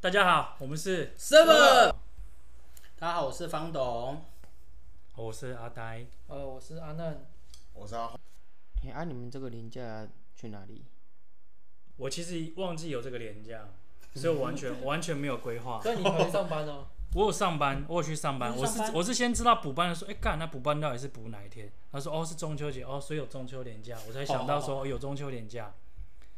大家好，我们是， Seven，大家好，我是方董。我是阿呆。呃，我是阿嫩。我是阿红，哎、啊，你们这个廉价去哪里？我其实忘记有这个年假，所以我完 全完全没有规划。所以你回上班哦？我有上班，我有去上班。你我有上是班我是先知道补班的，说，哎、干，那补班到底是补哪一天？他说，哦，是中秋节，哦，所以有中秋年假，我才想到说、哦有中秋年假，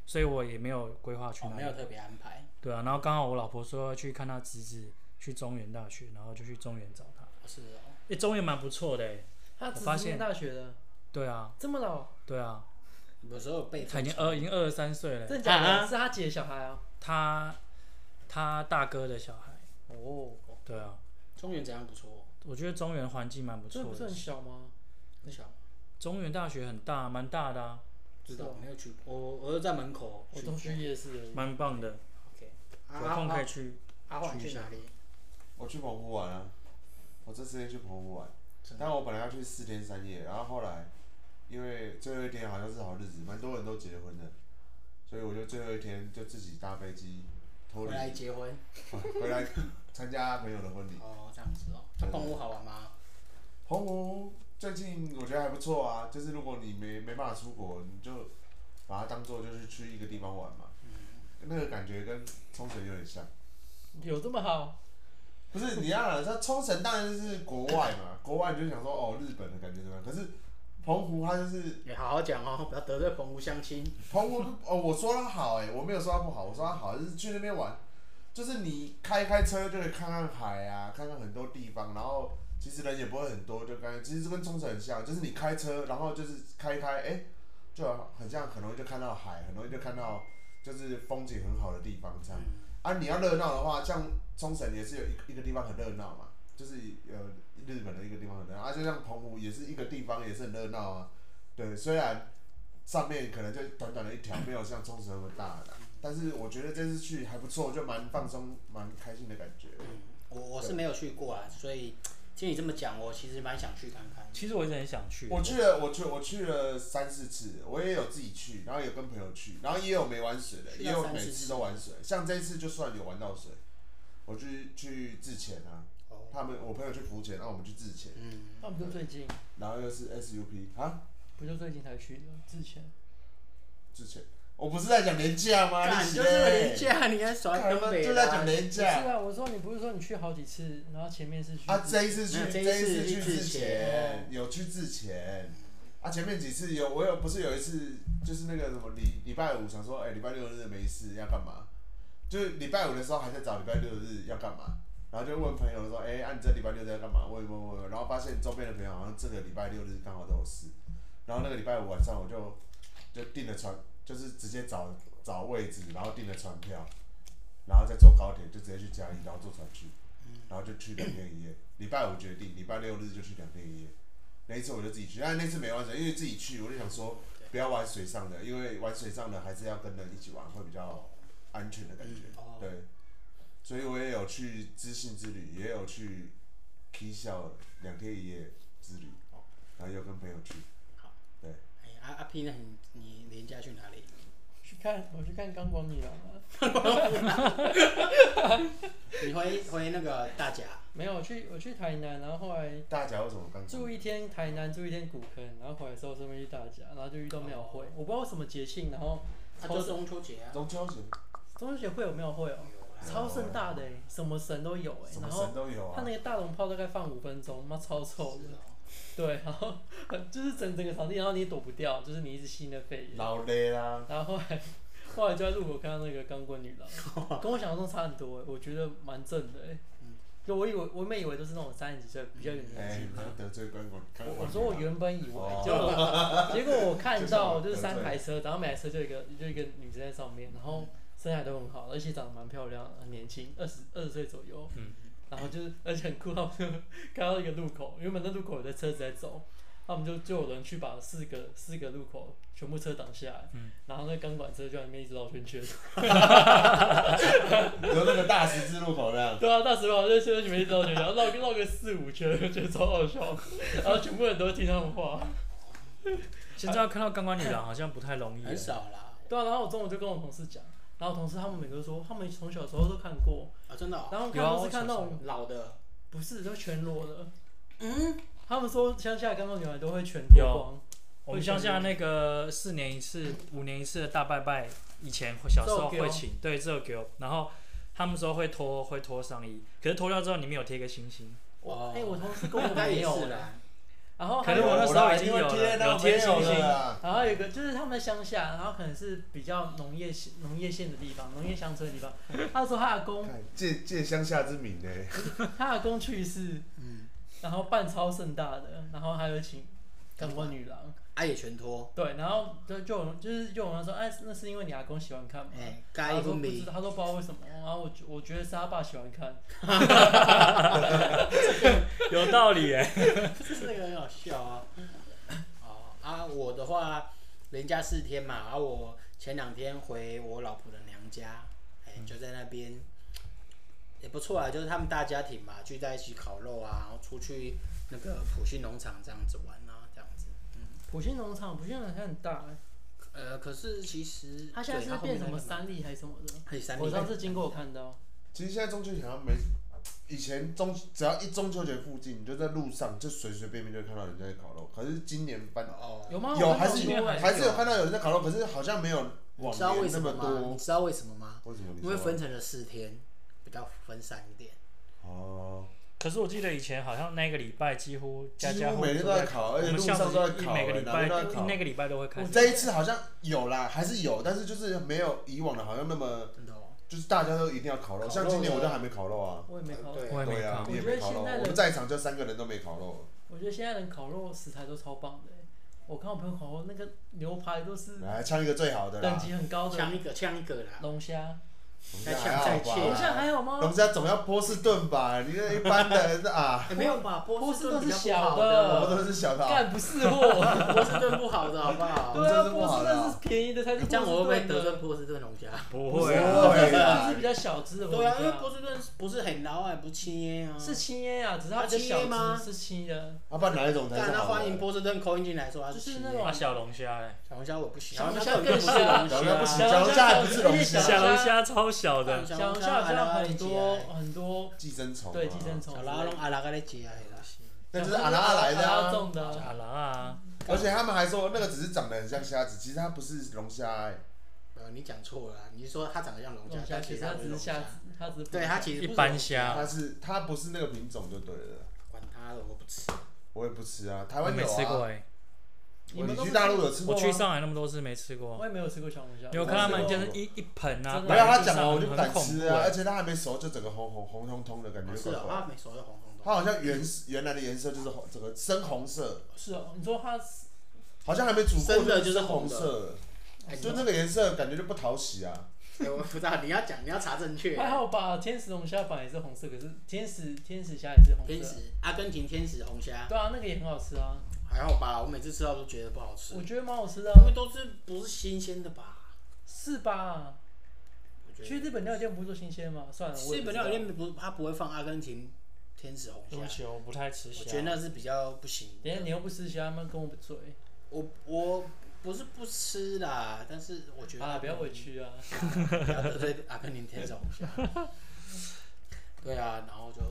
所以我也没有规划去哦，哪没里。有特别安排，对啊，然后刚好我老婆说要去看她侄子去中原大学，然后就去中原找他。是哦。哎、中原蛮不错的、欸。 他只发是现念大学的，对啊，这么老，对啊，有时候被他已经二已经二十三岁了，真的假的？啊是他姐小孩啊？他他大哥的小孩。哦，对啊，中原怎样不错，我觉得中原环境蛮不这错不是的很。小吗？很小，中原大学很大，蛮大的、啊，知是道哦没有去过，我我就在门口我去都过。去夜市而已。蛮棒的。 OK，有啊空可以啊去。阿啊晃去一去下哪里？我去澎湖玩啊，我这次也去澎湖玩，但我本来要去四天三夜，啊然后后来因为最后一天好像是好日子，蛮多人都结婚的，所以我就最后一天就自己搭飞机脱回离来结婚。 回回来 参加朋友的婚礼。哦，这样子哦。那澎湖好玩吗？澎湖最近我觉得还不错啊，就是如果你没没办法出国，你就把它当做就是去一个地方玩嘛，那个感觉跟冲绳有点像。有这么好？不是你要了，它冲绳当然是国外嘛，国外你就想说哦，日本的感觉怎么样？可是澎湖它就是你好好讲哦，不要得罪澎湖乡亲。澎湖哦，我说它好哎、我没有说它不好，我说它好就是去那边玩，就是你开开车就可以看看海啊，看看很多地方，然后其实人也不会很多，就感觉其实跟冲绳很像，就是你开车，然后就是开一开哎、就很像很容易就看到海，很容易就看到就是风景很好的地方这样。啊，你要热闹的话，像冲绳也是有一个一个地方很热闹嘛，就是呃日本的一个地方很热闹，啊，就像澎湖也是一个地方也是很热闹啊。对，虽然上面可能就短短的一条，没有像冲绳那么大的，但是我觉得这次去还不错，就蛮放松、蛮开心的感觉。嗯，我我是没有去过啊，所以听你这么讲，我其实蛮想去看看。其实我一直很想去。我去了，我去，我去了三四次，我也有自己去，然后也跟朋友去，然后也有没玩水的，去也到有三每四次次都玩水。像这一次就算有玩到水，我去去自潜啊，哦，他们我朋友去浮潜，然后我们去自潜，嗯，那不就最近？然后又是 SUP 啊，不就最近才去的？之前自潜。我不是在讲廉价吗？干你就是廉价，你还干耍他东妈北就在讲啦。廉不是价。啊，我说你不是说你去好几次，然后前面是去啊，这一次去，没有这这一一次次去去之之前前有去之前，啊，前面几次有我有不是有一次就是那个什么礼礼拜五想说，哎、礼拜六日没事要干嘛？就是礼拜五的时候还在找礼拜六日要干嘛，然后就问朋友说，哎、啊你这礼拜六在干嘛？问一问问一问，然后发现周边的朋友好像这个礼拜六日刚好都有事，然后那个礼拜五晚上我就就订了船，就是直接找找位置，然后订了船票，然后再坐高铁就直接去嘉义，然后坐船去。然后就去两天一夜，礼拜五决定，礼拜六日就去两天一夜。那一次我就自己去，但那次没玩水，因为自己去，我就想说不要玩水上的，因为玩水上的还是要跟人一起玩，会比较安全的感觉。哦嗯哦对，所以我也有去知性之旅，也有去 K 校两天一夜之旅，然后又跟朋友去。哎阿阿 P 那你你廉价去哪里？去看，我去看钢管女郎啊。你回回那个大甲，没有，我去我去台南，然后后来大家为什么刚住一天台南，住一天古坑，然后回来的时候顺便去大甲，然后就遇到庙会，我不知道什么节庆，然后他就中秋节啊，中秋节中秋节会有庙会哦，超盛大的、欸，什么神都有哎、什么然后神都有他啊那，个大龙炮大概放五分钟，妈超臭的，对，然后呃就是整整个场地，然后你也躲不掉，就是你一直吸那肺炎，老雷啊啦，然后后来后来就在路口看到那个钢棍女 郎，跟我想象中差很多、欸，我觉得蛮正的哎、嗯就我以为我妹以为都是那种三十几岁比较有年哎、纪你的。要得罪观光，观啊光嗯我说我客原本以为，哦结果结果我看到就就是是三台车，然后每台车就有一个就一个女生在上面，然后身材都很好，而且长得蛮漂亮，很年轻，二十二十岁左右。嗯然后就是而且很酷，他们就开到一个路口，原本那路口有的车子在走，他们就就有人去把四个四个路口全部车挡下来，嗯然后那钢管车就在那边一直绕圈圈。 有那个大十字路口那样。对啊，那时候我就车里面一直绕圈圈，然后绕个绕个四五圈，我觉得超好笑，然后全部人都听他们话。现在要看到钢管女郎好像不太容易。 很。少啦。对啊，然后我中午就跟我同事讲，然后同事他们每个都说，他们从小时候都看过，啊，真的哦，然后看有啊都我是看那小时种老的，不是都全裸的，嗯，他们说乡下刚刚女孩都会全有脱光，我们乡下那个四年一次、五年一次的大拜拜，以前会小时候会请，对，这个给我，然后他们说会脱会脱上衣，可是脱掉之后里面有贴一个星 星，我哦哎、 我同事跟我应该没也有是欸，啦，然后可还能有我那时候已经有了有贴到有贴没有星星了啦。然后有一个就是他们乡下，然后可能是比较农业县农业县的地方，农业乡村的地方。他说他阿 公，看借借乡下之名呢，他阿公去世，嗯，然后办超盛大的，然后还有请感官女郎，啊也全脱，对，然后就就有人就是就有人说，哎，那是因为你阿公喜欢嗯看嘛。哎，他该说分不知明道，，他说不知道为什么，然后我觉我觉得是他爸喜欢看，有道理哎、 这个很好笑啊。哦啊，我的话，连假四天嘛，啊，我前两天回我老婆的娘家，哎、就在那边，也不错啊，就是他们大家庭嘛，聚在一起烤肉啊，然后出去那个普信农场这样子玩啊，这样子。普信农场，普信农场很大、欸，呃，可是其实他现在对是后变面什那么个三立还是什么的？嘿三我立上次经过我看到，其实现在中秋节好像没，以前中只要一中秋节附近，你就在路上就随随便便就看到人家在烤肉。可是今年搬哦，有吗？有我看还到是过有欸还是有看到有人在烤肉，可是好像没有你往知道为年那什么么吗？多你。知道为什么吗？为什么你因为说？分成了四天，比较分散一点。哦，可是我记得以前好像那个礼拜几乎家几家乎户户每天都在烤，我而且们路巷上子都在一烤，每个礼哪拜边都在那烤。个礼拜都会看我，这一次好像有啦，还是有，但是就是没有以往的，好像那么真的哦，就是大家都一定要烤肉。像今年我就还没烤肉啊。我也没看到。对我也没对啊看，你也没烤肉，我觉得现在的我们在场就三个人都没烤肉。我觉得现在人烤肉食材都超棒的欸、我看我朋友烤肉那个牛排都是来呛一个最好的啦等，级很高呛的一个，呛一个啦。龙虾，我们再家呛再还好龙切吧？虾还好吗？龙虾总要波士顿吧？你这一般的 啊，哎没有吧？波波士士顿顿是比较不小好的我都是小的啊。干不是货， 波士顿不好的好不好？对啊，这是不波好士的啊顿是便宜的才是你波士顿的。这样我会不会得罪波士顿龙虾？不不会是啊，啊波士对顿啊是比较小只的对啊，因为龙波士顿不是很老啊，不是青烟啊。虾，是青烟啊，只是它它比较青烟小吗只，是青的。啊，不然哪一种才干是那好欢迎的？波士顿扣音进来说它是就是青那烟种啊小龙虾哎，小龙虾我不喜小欢，龙小虾龙虾更不是小，龙小龙虾不行虾。小龙虾还不是龙虾小龙龙虾，虾超小的，小龙虾好像很多很多寄生虫啊，对寄生虫小之类的，拉拢阿拉个来接啊，那就是阿拉阿来的阿拉啊。种的啊，阿郎啊，而且他们还说那个只是长得很像虾子，其实它不是龙虾哎。呃，你讲错了啊，你是说它长得像龙虾龙，虾但其其实实它它只不是是龙虾虾子。，它只是对，它其实一不是般龙虾，它是它不是那个品种就对了，管它的，我不吃。我也不吃啊。台我湾没有吃过啊，哎，你你们都去是大陆有吃过我去吗？上海那么多次没吃过，我也没有吃过小龙虾，因为我看他们就是一一盆啊，真的没有，他讲了我就很不敢恐吃怖啊，欸而且它还没熟就整个红红红彤彤的感觉不就是怪哦，怪。它没熟就红红它的。好像原原来的颜色就是红，整个深红色，是哦，你说它好像还没煮过，生的就就是红红的色，哎就那个颜色感觉就不讨喜啊。哎我不知道，你要讲，你要查正确。还好吧？天使龙虾板也是红色，可是天使天使虾也是 红色。天使，阿根廷天使红虾对啊，那个也很好吃啊，还好吧？我每次吃到都觉得不好吃我，觉得蛮好吃的啊、因为都是不是新鲜的吧？是吧？我觉去得日本料理店不是做新鲜吗？算了，我日也本不知料道理店不，它不会放阿根廷天使红对不虾，起，我不太吃我虾觉得。那是比较不行等一下你的。又不吃虾，那跟我不嘴我我不是不吃啦，但是我觉得啊！不要委屈啊！不要得罪阿根廷天使红虾。对啊，然后就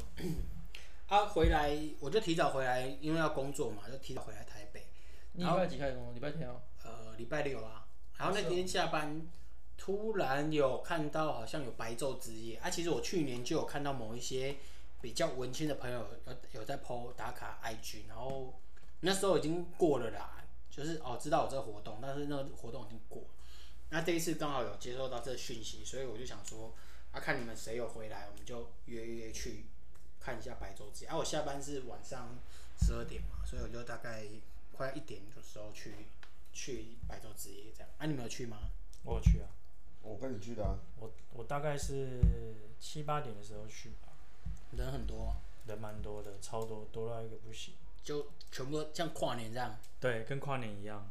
啊回来，我就提早回来，因为要工作嘛，就提早回来台北。你礼拜几开始工作？礼拜天哦。呃，礼拜六啊，然后是那哦天下班突然有看到好像有白昼之夜啊，其实我去年就有看到某一些比较文青的朋友有有在 PO 打卡 IG，然后那时候已经过了啦，就是哦知道有这个活动，但是那个活动已经过，那这一次刚好有接收到这个讯息，所以我就想说啊，看你们谁有回来，我们就约一约去看一下白昼之夜啊。我下班是晚上十二点嘛，所以我就大概快一点的时候去。去白昼之夜这样。啊，你们有去吗？我有去啊，我跟你去的啊，我我大概是七八点的时候去吧，人很多，啊人蛮多的，超多，多到一个不行。就全部都像跨年这样。对，跟跨年一样。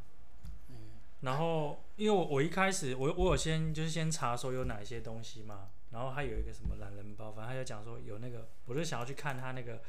嗯，然后因为我我一开始我我有先就是先查说有哪些东西嘛，然后还有一个什么懒人包，反正他就讲说有那个，我就想要去看他那个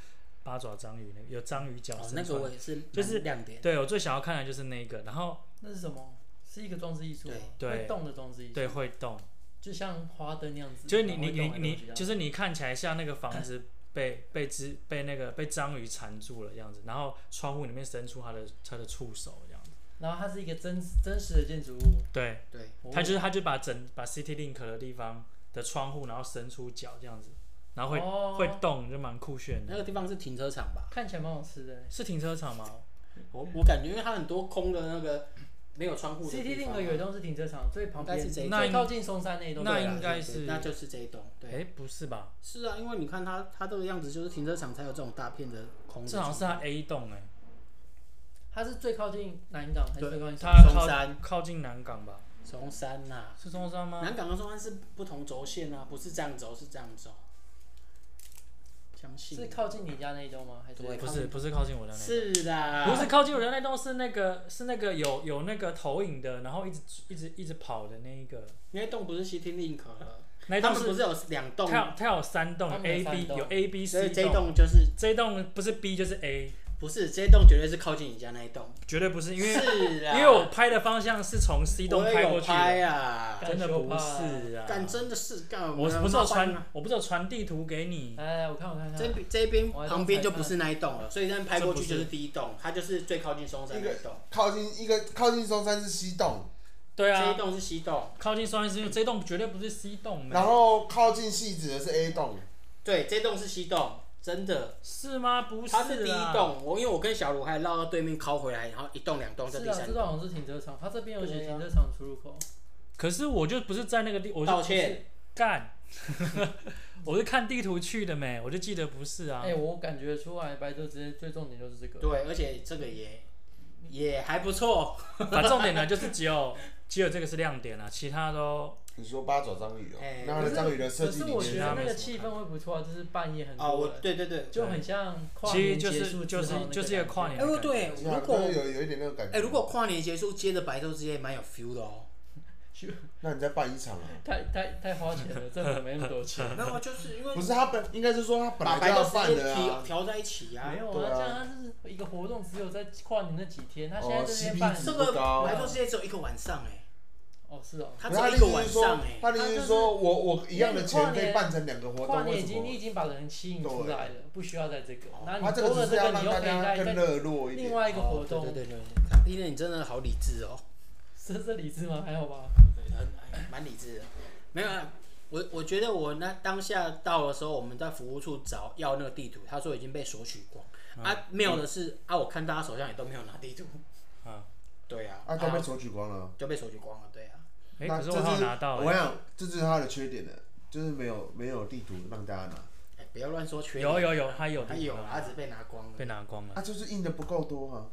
八爪章鱼那个有章鱼脚哦，身那个穿我也是，就是亮点。对我最想要看的就是那一个，然后那是什么？是一个装置艺术吗？哦对会动的装置艺术。对会动，就像花灯那样子，就是你然后你你会动来动去你，啊就是你看起来像那个房子 被被只被那个被章鱼缠住了这样子，然后窗户里面伸出它的它的触手这样子。然后它是一个真真实的建筑物，对，对，它就是它就把整把 City Link 的地方的窗户，然后伸出脚这样子，然后会、哦会动，就蛮酷炫那的。个地方是停车场吧？看起来蛮好吃的。是停车场吗？我我感觉，因为它很多空的那个没有窗户的 CT 地另方啊、一个有一栋是停车场，最旁应该边是这一那最应靠近松山那一栋，那对啊应该对是那就是这一栋。哎、对，不是吧？是啊，因为你看它它这个样子，就是停车场才有这种大片的空这好像是它 A 栋哎、它是最靠近南港还是对最靠近松它松靠山啊靠近南港吧？松山呐、是中山吗？南港跟松山是不同轴线啊，不是这样走，是这样走。相信是靠近你家那一栋吗？还是对不是，不是靠近我的那栋。是啊的，不是靠近我的那栋，是那个是那个有有那个投影的，然后一直一直一直跑的那一个，那一栋不是 City Link 了，那一啊他栋们不是是有两栋，它有它有三栋，他有们有 A 三 B 栋有 A B 所 C 以这一栋，栋就是这一栋不是 B 就是 A，不是这一栋绝对是靠近你家那一栋，绝对不是，因为是啊，因为我拍的方向是从 C 栋我也拍有过去拍的，啊，真的不是啊，干真的是干，我不是有麻烦啊传我不是有传地图给你，哎，我看我看看，这边这边我还旁边在就看不是那一栋了，所以这样拍过这去不就是是第一栋，它就是最靠近松山那一栋，靠近一个靠近松山是西洞，对这一啊，栋是西栋，靠近双山是这栋绝对不是 C 栋，然后靠近戏子的是 A 洞，对，这栋是西栋，真的。是啊吗？不它是第一啦，栋，我因为我跟小卢还绕到对面靠回来，然后一栋两栋这是第啊，三这栋。栋好像是停车场，它这边有写对啊停车场出入口，可是我就不是在那个地，我就道不是歉，干， 我是看地图去的没，我就记得不是啊。哎，我感觉出来白昼直接最重点就是这个，对，而且这个也也还不错，反正重点呢就是只有只有这个是亮点啊，其他都你说八爪章鱼哦、哎那它可的是章鱼的设计可是理我觉念得它那没个什么气氛会不错，就是半夜很啊哦，我多人，对对对，就很像跨其实年就结束是就之是后那个就是一个感觉跨年哎，的感觉。我对，是啊如果那有有一点那种感觉。哎如果跨年结束接着白昼之夜，蛮有 feel 的哦。那你再办一场啊？太太太花钱了，政府没那么多钱。那么啊就是因为不是他本应该是说他本把来就白要昼之办夜的调啊，调在一起啊没。有对啊， 啊这样它是一个活动，只有在跨年那几天，它现在哦这边，CP 办值这不个高白昼之夜只有一个晚上哎，哦是哦，它可只是他有的一啊意个晚思是说上哎，，他的意思是说我我一样的因为钱你跨可以年办成两个活跨动，年为已什经你已么？经把人吸引出来了，不需要在这个。那他你这多个了只是这要个，你让又大可以家再更再热络一另点。外一个活哦动，对对对对，卡皮呢，你真的好理智哦。是这理智吗？还好 吧。对，很哎蛮理智的。没有啊，我我觉得我那当下到的时候，我们在服务处找要那个地图，他说已经被索取光。啊，妙的是啊，我看大家手上也都没有拿地图。啊，对啊，啊，都被索取光了。就被索取光了，对啊。哎，那可是这我还有是拿到我欸，想这就是它的缺点了，就是没有没有地图让大家拿，哎，不要乱说缺点。有有有，它有还的有，他只是被拿光了被。拿光了。啊，就是印的不够多啊，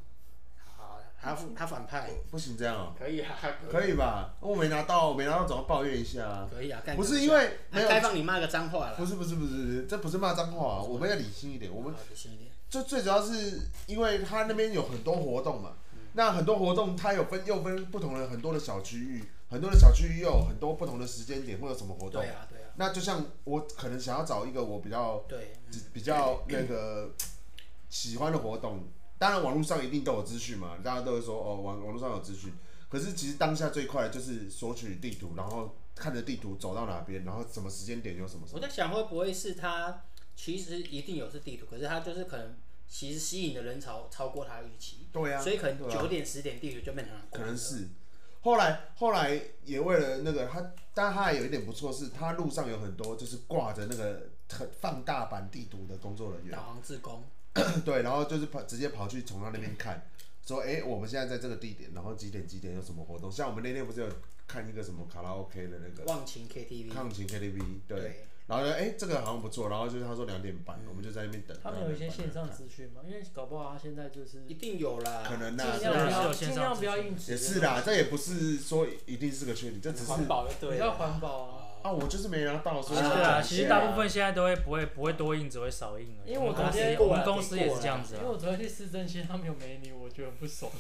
好，他他反哎派不行这样啊，可以啊，可以吧？我没拿到，我没拿到，怎么抱怨一下啊？可以啊，干不是你因为没还有，开放你骂个脏话不了。是不是不是不是，这不是骂脏话啊，我们要理性一点，我们好，小心一点。就最主要是因为它那边有很多活动嘛，那很多活动它有分又分不同的很多的小区域，很多的小区域又有很多不同的时间点会有什么活动对。啊，对啊，那就像我可能想要找一个我比较对，嗯比较那个喜欢的活动，当然网络上一定都有资讯嘛，大家都会说哦网网络上有资讯，可是其实当下最快的就是索取地图，然后看着地图走到哪边，然后什么时间点有什么什我么。在想会不会是他其实一定有是地图，可是他就是可能其实吸引的人潮超过他预期，对啊，所以可能对啊九点十点地图就变成他可能是。后来后来也为了那个他，但他还有一点不错是，他路上有很多就是挂着那个很放大版地图的工作人员导，航自工， 对，然后就是跑直接跑去从他那边看，说哎、诶我们现在在这个地点，然后几点几点有什么活动？像我们那天不是有看一个什么卡拉 OK 的那个忘情 KTV，抗琴 KTV，对，对，然后呢，哎、这个好像不错，然后就是他说两点半，我们就在那边等。他们有一些线上看资讯嘛，因为搞不好他现在就是一尽定有啦，可能量呐、不是啊要是有尽线上量资讯不要硬吃，也是啦，这也不是说一定是个缺点，这只是环保就对了，比较环保啊。啊，我就是没拿到，所以对我啊就啊，讲其一实下大部分现在都会不会不会多印，只会少印而已。因为我们公昨司天也过我们了公司也过是了这样子因啊为。我昨天去市政街，他们有美女，我觉得很 不爽，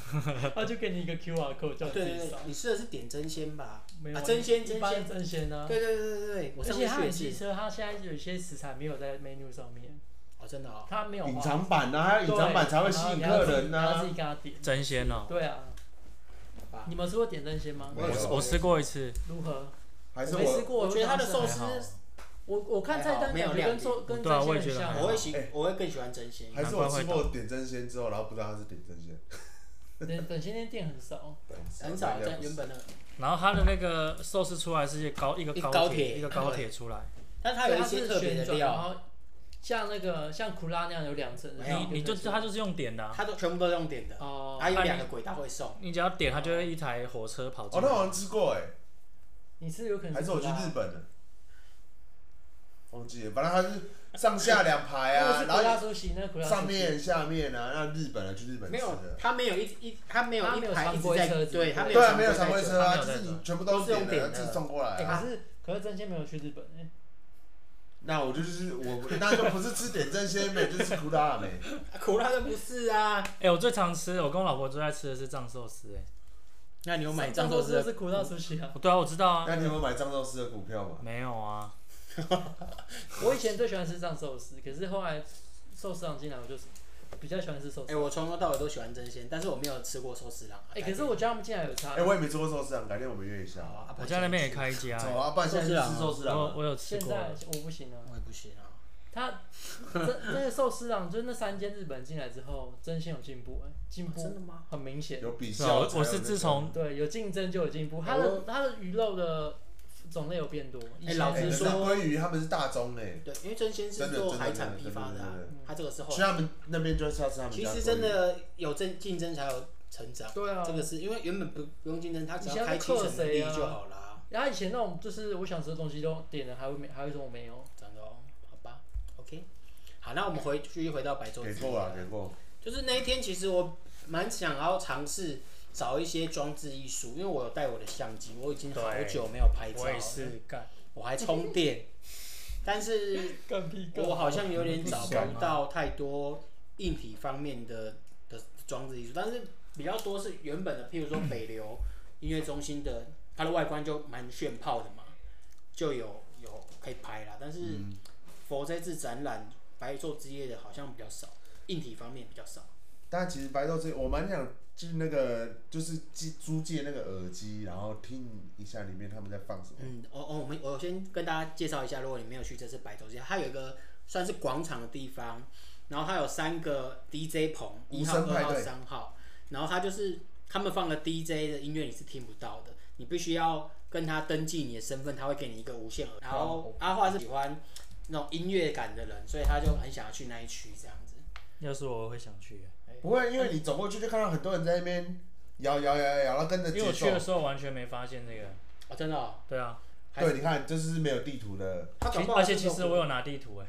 他就给你一个 QR code 叫你自对对己对扫，，你吃的是点真鲜吧？没有啊真鲜一真般鲜，真鲜啊。对对对对对，我而上且次他去很也机是，车，他现在有一些食材没有在 menu 上面，哦真的哦，他没有隐画藏版啊，还有隐藏版才会吸引客人啊然后呐、自己跟他点。真鲜哦，对啊，好吧，你们吃过点灯鲜吗？没有我我我吃过一次，如何？还还是没吃我过，我觉得它的寿寿还司好，我我看菜还单好没有感觉亮跟点寿跟对啊真我也鲜觉很得还像啊，好我会喜哎，我会更喜欢真鲜。还是难怪我会吃过点真鲜之后，然后不知道它是点真鲜，等等鲜店店很少，很少在原本本的，然后它的那个寿司出来是一个高一个一高高铁铁一个高铁出来，但它对有它一是些特别旋的转，然料，后像那个像苦拉那样有两层的，没有你你就它就是用点的啊，它都全部都是用点的，哦，啊还有两个轨道会送。你只要点它就会一台火车跑哦，进那我好来。像吃过哎，你是有可能还是我去苦拉日本的，忘记了，反正它是上下两排那 个啊，是然苦拉后苏西，那个苦拉上苏西面下面啊，让日本人去日本没吃有的，。它没有一一，它没它有没一有排常一规直在车子对，它没对啊，没有常常规规车它啊，没有就是在你转全部都都是用点点的自己送过来哎、啊。可是可是真仙没有去日本、哎，那我就是我，那就不是吃点真鲜美，就是吃苦辣 美。苦辣的不是啊。哎、我最常吃，我跟我老婆最爱吃的是藏寿司、哎，那你有哎买藏藏寿寿司司就的是苦到出息啊！哦对啊，我知道啊，那你有没有买藏寿司的股票嘛？没有啊，我以前最喜欢吃藏寿司，可是后来寿司郎进来，我就是比较喜欢吃寿司。哎、我从头到尾都喜欢真鲜，但是我没有吃过寿司郎。哎、可是我觉得他们进来有差。哎，我也没吃过寿司啊，改天我们约一下。好啊，我家那边也看，开一家、走哎哦啊，不然现在去吃寿寿司我郎啊。我有吃现过在了，我不行啊，我也不行啊。他真那个寿司郎就是那三间日本进来之后，真心有进步、哎，进哦真的步吗？很明显。有比是啊，较才有那我个，我是自从对，有竞争就有进步。它哦的它的鱼肉的种类有变多。以前老哎实可是说鲑鱼他们是大宗嘞，对，因为真鲜是真的做真的海产批发的、啊真的真的真，它这个是后其实。他们那边就是要吃他们其家鲑鱼。实真的有争竞争才有成长，对啊，这个是因为原本不不用竞争，它只以前要开都启克省能谁力啊就好啦。然后以前那种就是我想吃的东西都点了，还会没还会说我没有。真的哦，好吧，OK。好，那我们回去回到白昼之给夜过了，给过。就是那一天，其实我蛮想要尝试找一些装置艺术，因为我有带我的相机，我已经好对久没有拍照我了也，是干，我还充电，但是干屁我好像有点不找想不啊到太多硬体方面的的装置艺术，但是比较多是原本的，譬如说北流音乐中心的，它的外观就蛮炫炮的嘛，就有有可以拍啦，但是嗯，佛这次展览白昼之夜的好像比较少，硬体方面比较少。但其实白昼这我蛮想就是那个就是借租借那个耳机，然后听一下里面他们在放什么。嗯，哦哦，我们我先跟大家介绍一下，如果你没有去这次白昼节，它有一个算是广场的地方，然后它有三个 DJ 棚，一无号、声二派号、对三号，然后它就是他们放的 DJ 的音乐你是听不到的，你必须要跟他登记你的身份，他会给你一个无线耳。然后阿华是喜欢那种音乐感的人，所以他就很想要去那一区这样子。要是我会想去，不会，因为你走过去就看到很多人在那边摇摇摇摇摇，然后跟着因为节我去的奏。时候完全没发现这个，哦，真的、哦，对啊，还对，你看，这是没有地图的。 他搞其不好而且是其个实我有拿地图哎、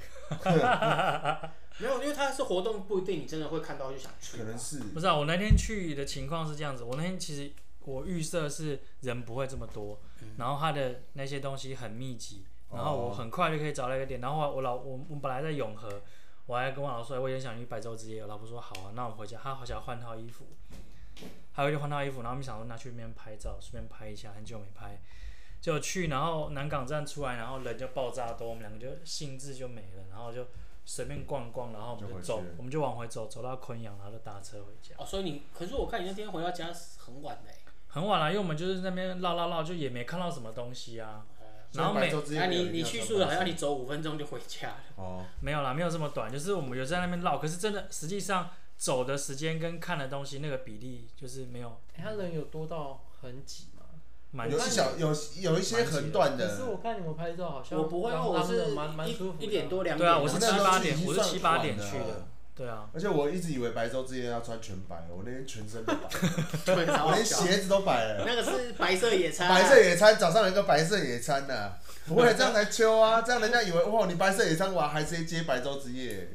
没有，因为他是活动不一定你真的会看到就想去吧，可能是不是啊，我那天去的情况是这样子，我那天其实我预设是人不会这么多，然后它的那些东西很密集，然后我嗯哦很快就可以找到一个点，然后我老我我本来在永和，我还跟我老师说，我也想去白昼之夜，我老婆说好啊，那我们回家，她好想要换套衣服，她回去换套衣服，然后我们想说那去那边拍照，顺便拍一下，很久没拍。就去，然后南港站出来，然后人就爆炸多，我们两个就兴致就没了，然后就随便逛逛，然后我们就就回去走了，我们就往回走，走到昆阳，然后就搭车回家。哦，所以你可是我看你那天回到家是很晚的欸。很晚了，因为我们就是在那边绕绕绕，就也没看到什么东西啊。然后所以每白昼之夜那哦没有你一定你要去上宿舍好班像你走五分钟就回家了。哦，没有啦，没有这么短，就是我们有在那边绕，可是真的实际上走的时间跟看的东西那个比例就是没有哎他人有多到很挤吗？蛮有一小有有一些很短可是的，我看你们拍照好像我不会，因为蛮我浪漫是的蛮蛮舒服一的一点多两对点啊，啊。我是七那时候八去已点，经我是算七八晚点了去的。对啊，而且我一直以为白昼之夜要穿全白，我那天全 身都白，对，超我好连笑。鞋子都白了。那个是白色野餐啊，白色野餐，早上有一个白色野餐呐、啊，不会这样才秋啊，这样人家以为哇，你白色野餐完还是接白昼之夜，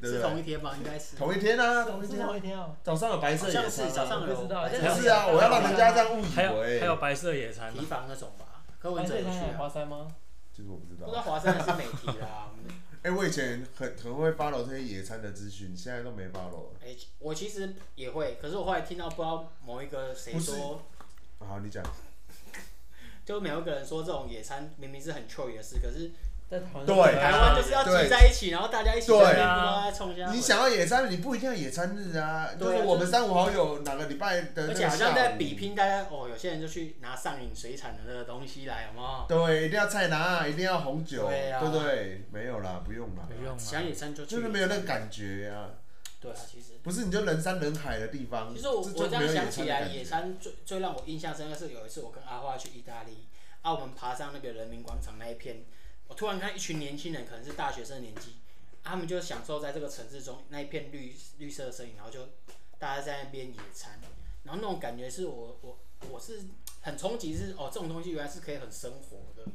对不是同对？一天吧？应该是。同一天啊，同一是天、同啊一，天哦。早上有白色好野餐、啊，像是早上不有知道白色但不是啊，我要让人家这样误以为，还有还有白色野餐提嘛，防那种吧。柯白文哲色有去山有啊花，山哦吗？其实我不不知知道道，华山还是美提啦。 哎、我以前很很会 follow 这些野餐的资讯，现在都没 follow 了。哎，我其实也会，可是我后来听到不知道某一个谁不是说，好，你讲，就某一个人说这种野餐明明是很 c h 的事，可是在台湾对台湾就是要对聚在一起，然后大家一起对啊在那边冲一下。你，想要野餐，你不一定要野餐日啊，就对啊是我们三五好友哪个礼拜的那而个且好像下在午比。拼，大家哦，有些人就去拿上瘾水产的那个东西来，有没有？对，一定要菜拿，一定要红酒，对啊对不对？没有啦，不用啦，不用啊想野餐就去，就是没有那个感觉啊。对啊，其实。不是，你就人山人海的地方，其实我这我就这样没有想野起餐的来，感觉野餐最最让我印象深刻是有一次我跟阿花去意大利，啊，我们爬上那个人民广场那一片，我突然看一群年轻人，可能是大学生的年纪，啊他们就享受在这个城市中那一片绿绿色的身影，然后就大家在那边野餐，然后那种感觉是我我我是很憧憬是哦这种东西原来是可以很生活的，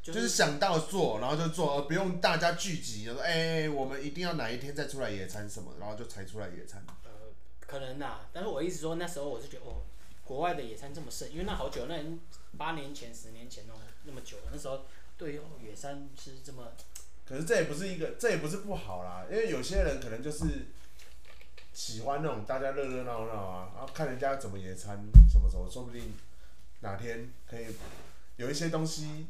就就是是想到做，然后就做，而不用大家聚集，就说哎、我们一定要哪一天再出来野餐什么，然后就才出来野餐。呃，可能呐、但是我一直说那时候我是觉得哦，国外的野餐这么盛，因为那好久，那已经八年前、十年前那种那么久了，那时候对于野餐是这么可是这也不是一个，这也不是不好啦，因为有些人可能就是喜欢那种大家热热闹闹啊，然后看人家怎么野餐，什么什么，说不定哪天可以有一些东西，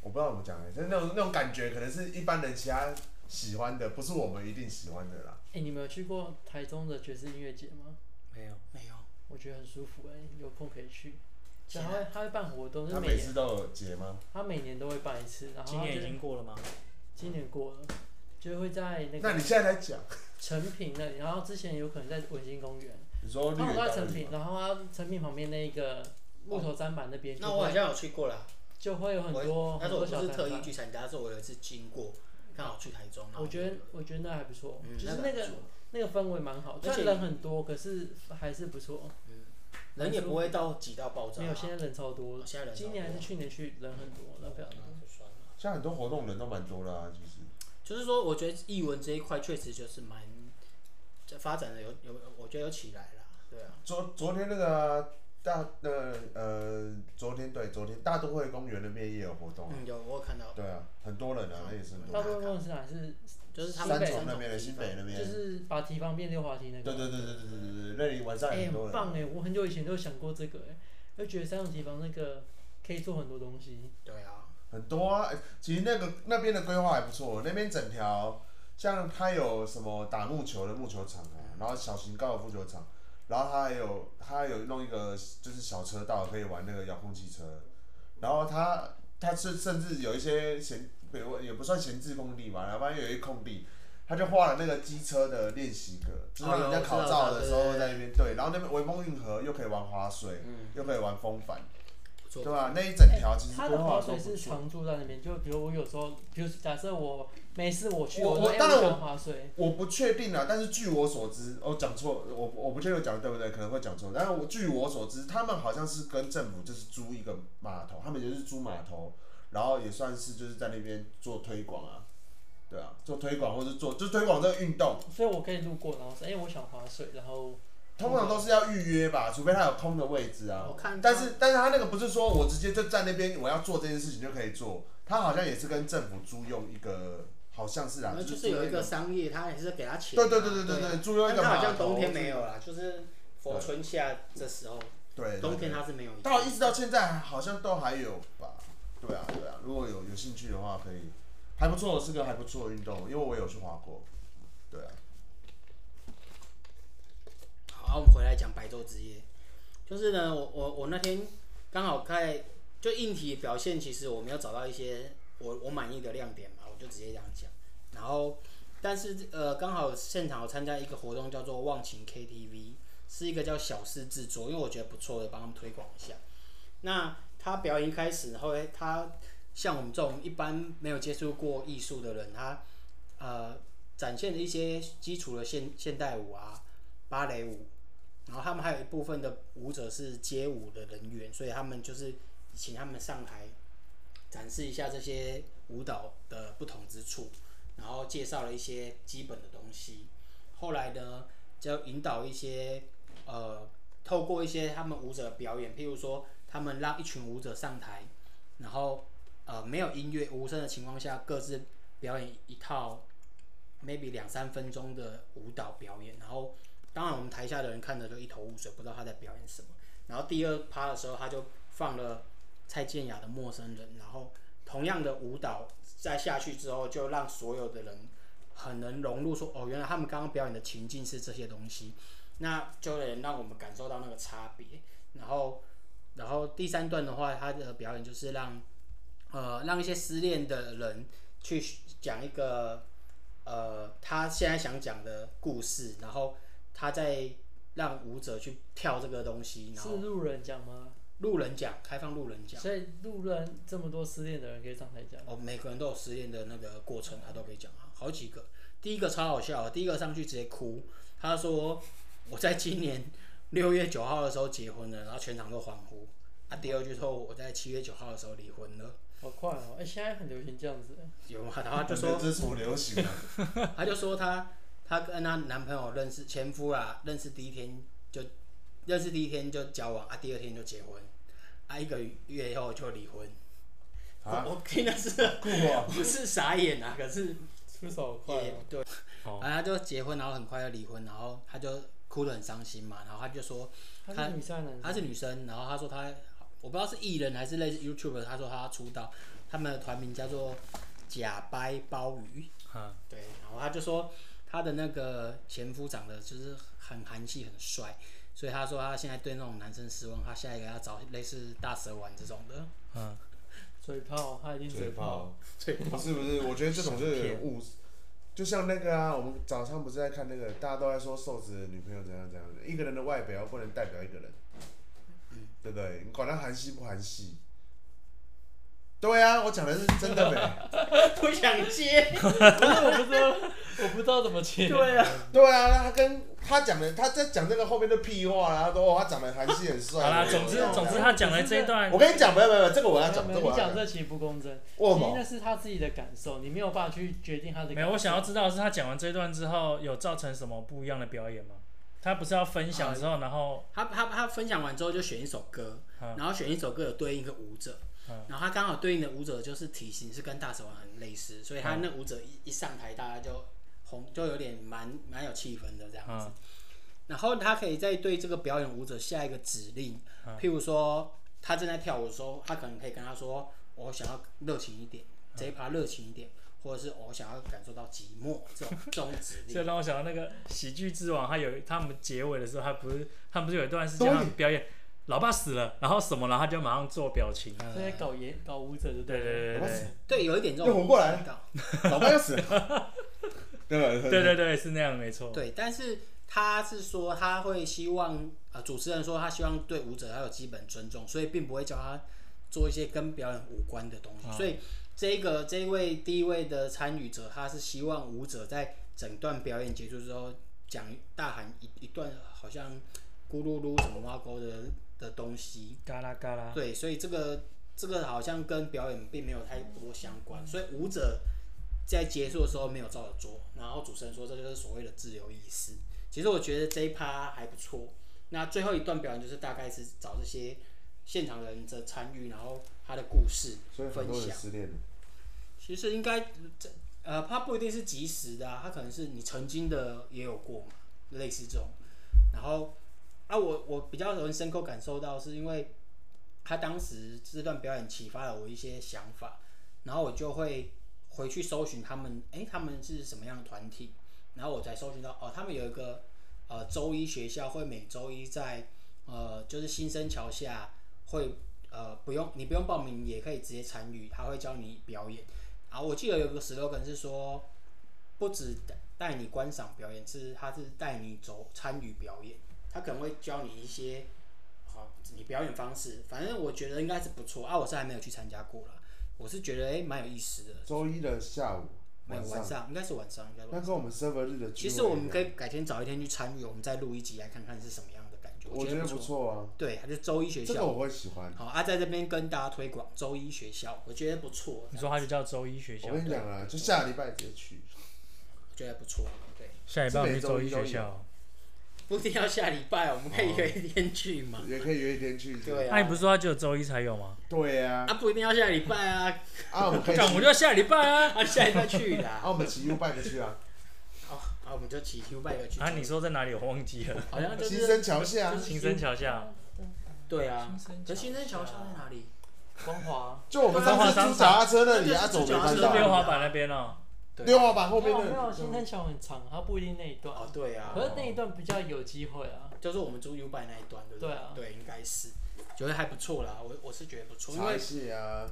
我不知道怎么讲哎、就是那种那种感觉，可能是一般人其他喜欢的，不是我们一定喜欢的啦。哎、你们有去过台中的爵士音乐节吗？没有，没有。我觉得很舒服哎、有空可以去。就现他在会他会办活动，就他是每每次年都有结吗？他每年都会办一次，然后今他年已就经过了吗？今年过了，就会在那个那你现在来讲，成品那里，然后之前有可能在文心公园，你说他绿们都野在道成品，然后他成品旁边那一个木头砧板那边那就我好会像有去过啦，就会有很多我但很是我多不小是摊特意贩。去参加，但是我有一次经过，刚好去台中，然后我觉得我觉得那还不错，嗯就是那那个那个氛围蛮好，虽而且然人很多，可是还是不错。人也不会到挤到爆炸、没啊有，。现在人超多了，现在人今年还是去年去人很多，人非常多。就算了。像很多活动人都蛮多的啊，其实。就是说，我觉得译文这一块确实就是蛮这发展的有有，我觉得有起来啦，对啊。昨昨天那个啊大呃呃，昨天对昨天大都会公园那边也有活动啊，嗯，有我有看到，对啊，很多人啊，那也是很大多部人。分公司还是就是他们三北重那边的地新方北那边，就对是把提防变溜滑梯那个。对对对对对对对，那里晚上哎、也很多很人啊。棒哎、我很久以前就想过这个哎、就觉得三种提防那个可以做很多东西。对啊，很多啊，欸其实那个那边的规划还不错，那边整条像它有什么打木球的木球场啊，然后小型高尔夫球场，然后它还有它还有弄一个就是小车道可以玩那个遥控汽车，然后它它是甚至有一些闲，比如也不算闲置空地嘛，然后反正有一空地。他就画了那个机车的练习格，就是让人家考照的时哦我候知道在那边对，然后那边微风运河又可以玩划水，嗯，又可以玩风帆，不错对。啊吧、那一整条其实哎它规的划滑都水不是错。常驻在那边，就比如我有时候，比如假设我没事我去，我说我哎当然我我想滑水，我不确定啊，但是据我所知，我讲错，我我不确定我讲的对不对，可能会讲错。但是我据我所知，他们好像是跟政府就是租一个码头，他们就是租码头，然后也算是就是在那边做推广啊，对啊，做推广或是做就推广这个运动，所以我可以路过，然后说哎、我想滑水，然后通常都是要预约吧，除非他有空的位置啊我。看到，但是但是他那个不是说我直接就在那边我要做这件事情就可以做，他好像也是跟政府租用一个，好像是啊那，就是租用有一一个商业，他也是给他钱啊、对对对对对啊对，租用但一个他码好头。像冬天没有啦，就是佛对春夏这时候，对，对，对冬天他是没有。到一直到现在好像都还有吧？对啊，对啊，如果有有兴趣的话，可以，还不错，是个还不错的运动，因为我有去滑过。对啊，好，我们回来讲白昼之夜，就是呢，我我我那天刚好在就硬体表现，其实我没有找到一些我我满意的亮点嘛，我就直接这样讲。然后，但是呃，刚好现场我参加一个活动叫做忘情 KTV，是一个叫小事制作，因为我觉得不错的，帮他们推广一下。那他表演一开始后，他像我们这种一般没有接触过艺术的人，他呃展现了一些基础的现现代舞啊、芭蕾舞，然后他们还有一部分的舞者是街舞的人员，所以他们就是请他们上台展示一下这些舞蹈的不同之处，然后介绍了一些基本的东西。后来呢，就引导一些呃，透过一些他们舞者的表演，譬如说他们让一群舞者上台，然后呃没有音乐无声的情况下，各自表演一套 maybe 两三分钟的舞蹈表演，然后当然我们台下的人看着就一头雾水，不知道他在表演什么。然后第二趴的时候，他就放了蔡健雅的《陌生人》，然后同样的舞蹈再下去之后，就让所有的人很能融入说，哦，原来他们刚刚表演的情境是这些东西，那就能让我们感受到那个差别。然后，然后第三段的话，他的表演就是让呃让一些失恋的人去讲一个呃他现在想讲的故事，然后他再让舞者去跳这个东西，然后是路人讲吗？路人讲，开放路人讲。所以路人这么多失恋的人可以上台讲，哦，每个人都有失恋的那个过程，他都可以讲啊，好几个。第一个超好笑，第一个上去直接哭，他说我在今年六月九号的时候结婚了，然后全场都欢呼。啊，第二句说我在七月九号的时候离婚了，好快哦！哎、现在很流行这样子，有吗？然后啊他就 说，这是什么流行啊？他就说他他跟她男朋友认识前夫啦，认识第一天就认识第一天就交往，啊，第二天就结婚，啊，一个月后就离婚。啊，我我听的是酷哦！我是傻眼啊，可是出手好快也哦！对，哦然后他就结婚，然后很快要离婚，然后他就哭得很伤心嘛，然后他就说他是女生还是男她生？是女生，然后她说她我不知道是艺人还是类似 YouTube，她说她出道，他们的团名叫做假掰鲍鱼，嗯，对，然后她就说她的那个前夫长得就是很韩系很帅，所以她说她现在对那种男生失望，她下一个要找类似大蛇丸这种的，嘴炮，他一定嘴炮。，对，不是不是，我觉得这种就是有点误，就像那个啊，我们早上不是在看那个，大家都在说瘦子的女朋友怎样怎样，一个人的外表不能代表一个人，对不对？你管他韩系不韩系？对啊，我讲的是真的呗。 不想接，不是， 我不知道，我不知道怎么接。对啊，对啊，他跟他讲的，他在讲这个后面的屁话啊，然后说哦，他长得韩系很帅。好啦，总之总之他讲的这一段啊我，跟你讲，没有没有，没有这个我没要有，讲，没这有个我你要讲讲。这其实不公正，为什其实么那是他自己的感受，你没有办法去决定他的感没受。有，我想要知道的是他讲完这一段之后有造成什么不一样的表演吗？他不是要分享之后，然后他他他分享完之后就选一首歌，嗯然后选一首歌有对应一个舞者，嗯然后他刚好对应的舞者就是体型是跟大蛇丸很类似，所以嗯他那舞者一一上台，大家就红，就有点蛮蛮有气氛的这样嗯子。然后他可以再对这个表演舞者下一个指令，嗯譬如说他正在跳舞的时候，他可能可以跟他说：“我想要热情一点，嗯这一趴热情一点。”或者是我想要感受到寂寞这种这种 指令， 这让我想到那个《喜剧之王》，他有他们结尾的时候，他不是他们不是有一段是这样表演，老爸死了，然后什么，然后他就马上做表情。他在搞演搞舞者的，对对对我对死对，有一点这种又活过来了味道老爸要死了，对吧？对对对，是那样没错。对，但是他是说他会希望呃，主持人说他希望对舞者要有基本尊重，所以并不会教他做一些跟表演无关的东西。所以这个这一位第一位的参与者，他是希望舞者在整段表演结束之后讲大喊一一段好像咕噜噜什么挖沟的的东西。嘎啦嘎啦，对，所以这个这个好像跟表演并没有太多相关，所以舞者在结束的时候没有照着做，然后主持人说这就是所谓的自由意识。其实我觉得这一趴还不错。那最后一段表演就是大概是找这些现场人的参与，然后他的故事所以很分多人享。失恋了，其实应该这呃，它不一定是及时的、啊，它可能是你曾经的也有过嘛，类似这种。然后啊，我我比较容易深刻感受到，是因为他当时这段表演启发了我一些想法，然后我就会回去搜寻他们，诶，他们是什么样的团体，然后我才搜寻到哦，他们有一个呃周一学校会每周一在呃就是新生桥下会呃不用你不用报名也可以直接参与，他会教你表演。啊，我记得有个 slogan 是说，不止带带你观赏表演，是他是带你走参与表演，他可能会教你一些好你表演方式，反正我觉得应该是不错啊，我是还没有去参加过啦，我是觉得诶蛮、有意思的，周一的下午没有晚晚上，上应该是晚上，应该是晚那上跟我们 server 日的其聚会实我们一样可以改天早一天去参与，我们再录一集来看看是什么样的感觉，我觉觉得不不。错啊，对，还是周一学这个校。我会喜欢。好啊，在这边跟大家推广周一学校，我觉得不错，你说他就叫周一学校我，跟你讲啊，就下礼拜直接去，我觉得不错，对。下一是半我们每去周周一一都学有校。不一定要下礼拜，我们可以约一天去嘛。也可以约一天去。对那你不啊，是说他只有周一才有吗？对呀，啊不一定要下礼拜啊， 啊，我们可以干，我就要下礼拜啊。啊下礼拜去啊，啦。我们骑 U bike 去啊，好，啊我们就骑 U bike 去。啊，你说在哪里？我忘记 了。好像就新是生桥下啊新生桥下，对啊，新生可桥是新生桥下在哪里？光华，就我们上中华次商场租脚踏车那里，对阿总没就是看就是租脚踏车溜到，滑板那边哦。对溜滑板后没面有没那有，新三桥很长，它不一定那一段哦，，对啊，可是那一段比较有机会啊。就是我们租 U 拜那一段，对不对啊对，应该是，觉得还不错啦，我我是觉得不错，因茶为戏啊，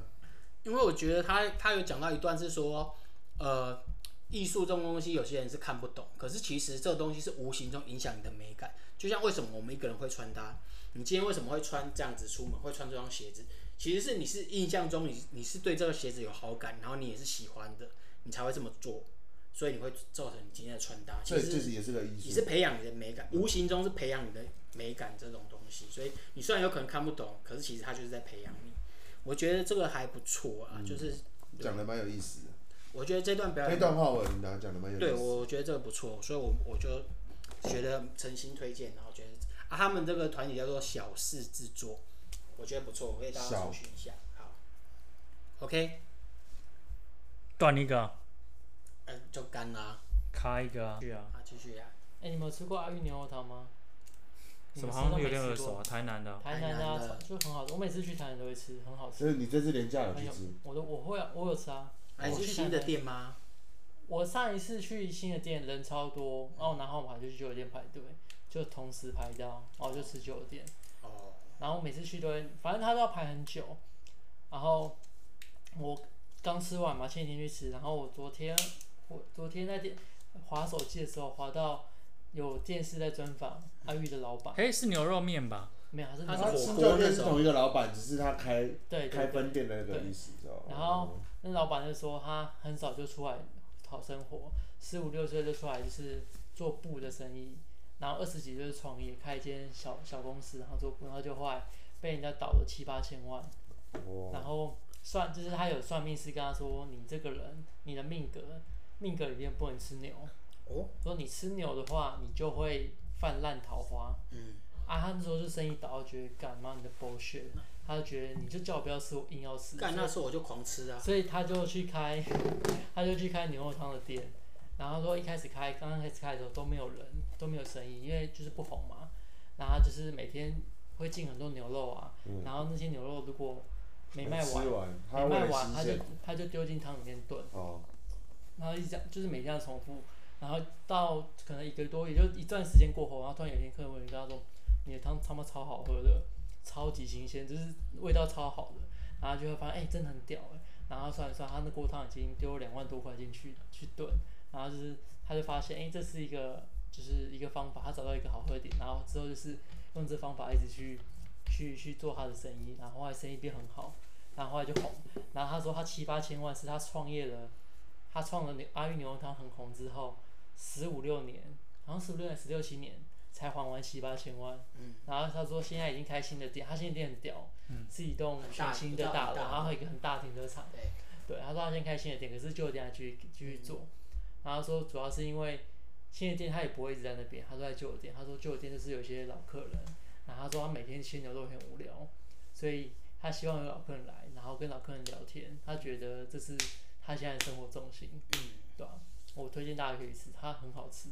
因为我觉得他他有讲到一段是说，呃，艺术这种东西有些人是看不懂，可是其实这东西是无形中影响你的美感。就像为什么我们一个人会穿搭，你今天为什么会穿这样子出门，会穿这双鞋子，其实是你是印象中你你是对这个鞋子有好感，然后你也是喜欢的，你才会这么做，所以你会造成你今天的穿搭。其这实这也是个艺你术。是培养你的美感，无形中是培养你的美感这种东西。所以你虽然有可能看不懂，可是其实他就是在培养你。我觉得这个还不错嗯啊，就是讲的蛮有意思的，我觉得这段表那演，段话我领导讲的蛮有啊对意思。我我觉得这个不错，所以我我就觉得诚心推荐，然后觉得啊，他们这个团体叫做小事制作，我觉得不错，我可以大家小搜寻一下。好，OK，断一个，呃，就干啦，卡一个啊。去啊，啊，继续啊，哎，你们有吃过阿玉牛肉汤吗？什你么们好像吃有都没点吃耳过熟啊，台南的啊。台南的台南啊的就很好吃，我每次去台南都会吃，很好吃。所以你这次廉价有哎去呦吃？我都我会啊，我有吃啊。哎、我是去新台的南店吗？我上一次去新的店人超多，然后我拿号码就去酒店排队，就同时排到，然后就吃酒店。哦，然后每次去都会，反正他都要排很久。然后我刚吃完嘛，前几天去吃，然后我昨天我昨天在电划手机的时候划到有电视在专访阿玉的老板，哎，是牛肉面吧？没有，他是他他是新火教锅店那是种，同一个老板，只是他开对对开对，分店的那个意思，知道吗？然后那老板就说他很早就出来讨生活，十五六岁就出来就是做布的生意，然后二十几岁就创业，开一间小小公司，然后做布，然后就后来被人家倒了七八千万，哦，然后算就是他有算命师跟他说，你这个人你的命格命格里面不能吃牛，哦，说你吃牛的话，你就会泛滥桃花。嗯，啊，他那时候就生意倒，他觉得干妈你的 bullshit，他就觉得你就叫我不要吃，我硬要吃，干那时候我就狂吃啊，所以他就去开， 他就去开牛肉汤的店，然后说一开始开，刚刚开始开的时候都没有人，都没有生意，因为就是不红嘛。然后他就是每天会进很多牛肉啊，然后那些牛肉如果没卖完，吃完，他没为卖了完新他就鲜他就丢进汤里面炖，哦，然后一直这样就是每天这样重复，然后到可能一个多，也就一段时间过后，然后突然有一天客人跟他说，你的汤他妈超好喝的，超级新鲜，就是味道超好的，然后就会发现哎、真的很屌哎、然后算一算他那锅汤已经丢了两万多块进去去炖，然后就是他就发现哎、这是一个就是一个方法，他找到一个好喝的点，然后之后就是用这方法一直去去去做他的生意，然后后来生意变很好，然后后来就红，然后他说他七八千万是他创业了。他创了牛阿玉牛肉汤很红之后，十五六年，好像十五六年、十六七年才还完七八千万。嗯，然后他说现在已经开新的店，他新的店很屌，嗯是一栋很大全新的很大楼，大然后还有一个很大停车场。对，对，他说他先开新的店，可是旧的店还继续继续做。然后他说主要是因为新的店他也不会一直在那边，他都在旧的店。他说旧的店就是有一些老客人，然后他说他每天切牛肉很无聊，所以他希望有老客人来，然后跟老客人聊天。他觉得这是他现在的生活重心。嗯。对啊，我推荐大家可以吃，它很 好吃。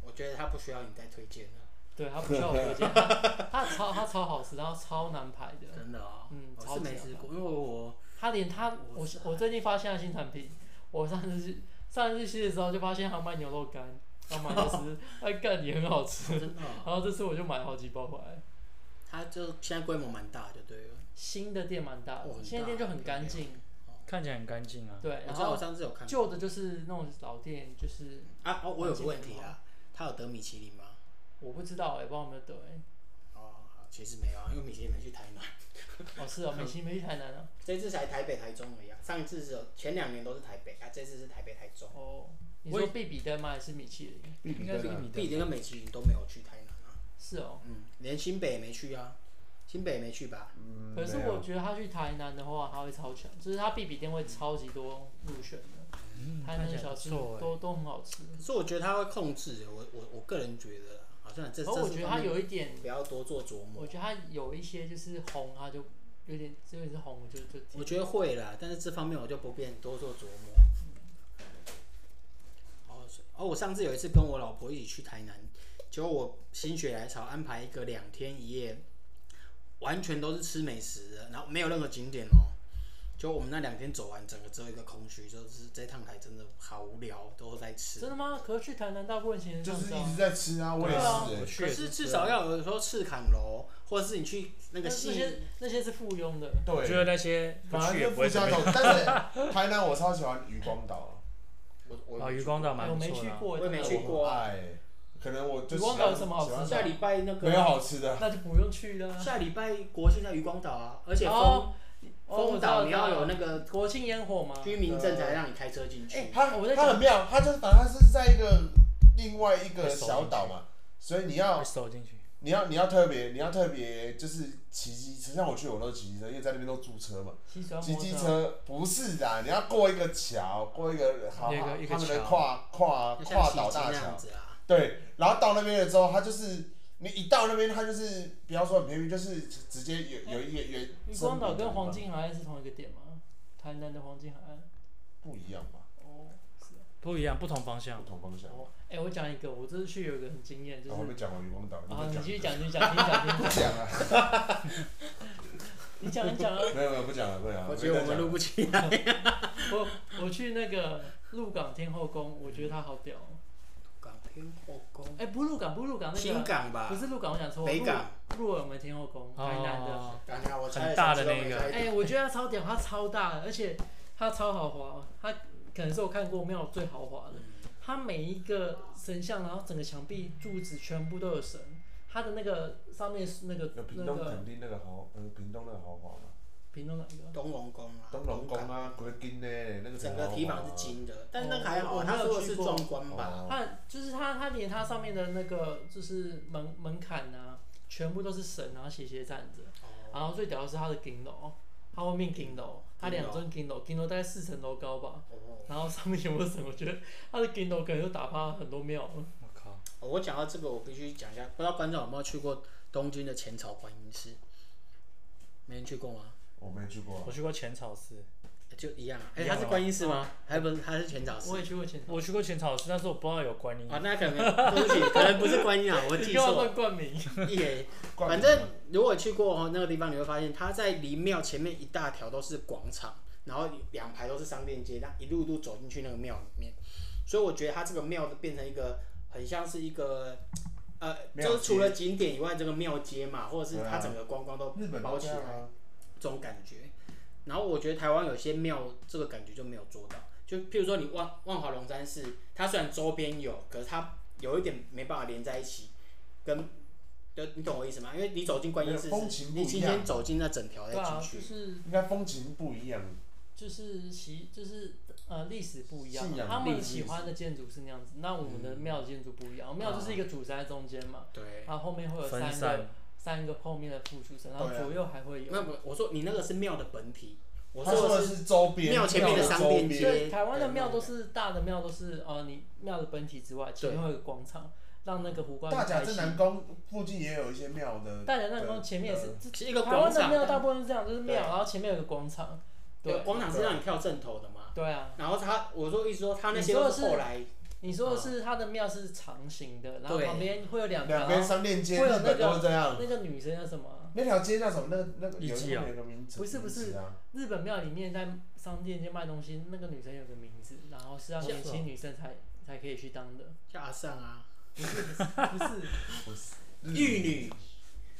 我觉得他不需要你再推荐了，对，它不需要我推荐， 它它超它超好吃，然后超难排 的。真的哦。嗯我超是级没好吃看过，因为我它连它，我啊是我最近发现了新产品，我上次去上次去的时候就发现它卖牛肉干，然后买来 吃，它干也很好吃。真的哦，然后这次我就买了好几包回来。他就现在规模蛮大，就对了。新的店蛮哦大很的，大新的店就很干净，看起来很干净啊。对。我然知道我后上次有看旧的就是那种老店，就是啊，哦，我有个问题啦，他有得米其林吗？我不知道哎、不知道有没有得哎、哦，好其实没有啊，因为米其林没去台南， 哦是哦，美心没去台南啊。这次才台北、台中而已啊。上一次是有前两年都是台北啊，这次是台北、台中，哦，你我说必比登吗？还是米其林？应该是一米必的。定跟米其林都没有去台南啊。是哦。嗯，连新北也没去啊，新北也没去吧？嗯可是没有我觉得他去台南的话，他会超强，就是他必比店会超级多入选的，嗯台南的小看起吃来不错哎都都很好吃。可是我觉得他会控制，我我我个人觉得啦，好像这这然后我是觉得方他面有一点，不要多做琢磨我。觉得他有一些就是红，他就有点真的是红，我就就我觉得会啦，但是这方面我就不便多做琢磨。哦，所以哦，我上次有一次跟我老婆一起去台南，结果我心血来潮安排一个两天一夜，完全都是吃美食的，然后没有任何景点哦。就我们那两天走完，整个只有一个空虚，就是这趟海真的好无聊，都在吃。真的吗？可是去台南大部分其实这就样是子一啊直在吃啊，我也对啊是、我欸，去可也是吃至啊少要有时候赤坎楼，或者是你去那那个那戏些那些是附庸的，对，我觉得那些不反正去也就不附会怎加么种样。，哦但是台南我超喜欢渔光岛，我我啊，渔光岛蛮我不没错去的啊。过，我也没真的去过哎，可能我就渔光岛有什么好吃喜欢下礼拜那个啊没有好吃的，那就不用去了啊。下礼拜国庆在渔光岛啊，而且哦封哦我封知道岛你要有那我个知道国庆烟火嘛，居民证才让你开车进去。它哎我在它讲很妙，它就是反正它是在一个另外一个小岛嘛，所以你要会收进去。你要你要特别你要特别就是骑机车，像我去我都是骑机车，因为在那边都租车嘛。骑小骑摩机托车不是的，啊你要过一个桥，过一个好一个一个他们的桥跨跨呃就像跨奇岛迹大那桥样。子啊，对，然后到那边了之后，它就是你一到那边，它就是不要说很便宜，就是直接有有一个原渔光岛跟黄金海岸是同一个点吗？台南的黄金海岸。不一样吧，哦，是啊。不一样，不同方不向。同方向。哦，哎、我讲一个，我这次去有一个很惊艳，就然后是我们讲完渔光岛，啊，再你继续一个讲，继续讲，你讲，不讲 了，你讲，你讲啊！没啊有没有不讲了，不讲了。我觉得我们录不不啊起来。我我去那个鹿港天后宫，我觉得它好屌、哦。港天后宫，哎、不是鹿港，不是鹿港，那新个港吧不，是鹿港，我讲错，北港，鹿鹿耳门天后宫，台南的。哦，港啊，我猜很大的那个哎、我觉得它超屌，它超大的，而且它超豪华，它可能是我看过庙最豪华的。嗯它每一个神像，然后整个墙壁柱子全部都有神，它的那个上面是那个有那屏东个垦丁那个豪，呃，屏东那个豪华嘛，屏东哪一个？东龙宫啊，东龙宫港，啊，国金呢，那个整个提防是金的，但那个还哦好，我他没有说的去是过壮观吧？吧？它就是它，它连它上面的那个就是门门槛啊，全部都是神，然后斜斜站着。哦然后最屌的是它的顶楼，它后面顶楼，它两尊顶楼，顶楼大概四层楼高吧。哦然后上面全部都是神，我觉得它的顶楼可能就打趴很多庙了。我靠，哦我讲到这个，我必须讲一下，不知道观众有没有去过东京的浅草观音寺？没人去过吗？我没去过啊我，去过浅草寺，就一样啊，哎，一样它是吗观音寺吗？还不是，它是浅草寺我。也去过浅草，我去过浅草寺，但是我不知道有观音。啊，那可能对不起，可能不是观音啊，我你记干嘛错乱冠名？ 耶。冠反冕正如果去过哦那个地方，你会发现它在离庙前面一大条都是广场，然后两排都是商店街，那一路路走进去那个庙里面。所以我觉得它这个庙变成一个很像是一个。呃，庙就是除街了景点以外，这个庙街嘛，或者是对啊它整个观光都日本包都起这来样，啊，这种感觉。然后我觉得台湾有些庙这个感觉就没有做到，就譬如说你万万华龙山寺，它虽然周边有，可是它有一点没办法连在一起，跟就你懂我意思吗？因为你走进观音寺没有风情是，不一你样今天走进那整条再对啊，进就去，是应该风情不一样，就是习就是呃历史不一样信嘛，仰他历们史喜欢的建筑是那样子，那我们的庙的建筑不一样，庙就是一个主山在中间嘛，对。然后后面会有分三个散，三个后面的附属神，然后对啊左右还会有。那我我说你那个是庙的本体，我他说的的是周边庙前面的周商店街边对，台湾的对庙都是大的庙都是呃，你庙的本体之外，前面会有个广场，让那个湖光大甲开镇心南宫附近也有一些庙的，大甲镇南宫前面也是，是一这个台广湾的场，庙大部分是这样，就是对庙，然后前面有个广场，对，对广场是让你跳正头的嘛。对啊。然后他我说意思说他那些你说都的是是后来你说的是它的庙是长形的，然后嗯对旁边会有啊两条，两边商店街，会有日本那个都是这样。那个女生叫什么啊？那条街叫什么？那个那个艺有妓啊有个名字？不是不是名字啊，日本庙里面在商店街卖东西，那个女生有个名字，然后是让是年哦轻女生才才可以去当的，叫阿尚啊，不是不是不是，不是玉女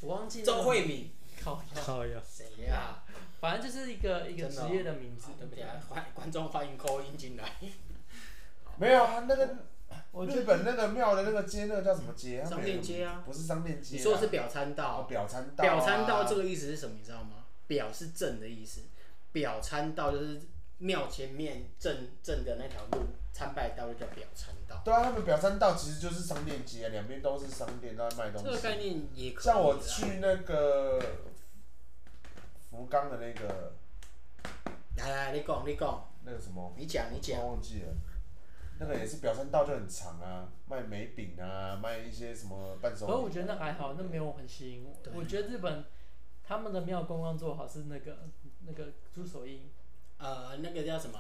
我忘记那个周慧敏啊靠腰，靠呀，谁呀？反正就是一个一个真职的哦业的名字啊，对 不起啊，欢观众欢迎扣音进来。没有啊，那个我日就本那个庙的那个街，那个叫什么街？它没有商店街啊不是商店街啊。你说的是表参哦道，表参道啊？表参道这个意思是什么？你知道吗？表是正的意思，表参道就是庙前面正正的那条路，参拜道路叫表参道。对啊，他们表参道其实就是商店街啊，两边都是商店都在卖东这西。个概念也可以啦。啊像我去那个福冈的那个来来，你讲你讲，那个什么，你讲你讲我，忘记了。那个也是表参道就很长啊，卖梅饼啊，卖一些什么伴手可礼。是我觉得那还好，那没有很吸引我对。我觉得日本他们的庙公关做好是那个那个朱手印，呃，那个叫什么？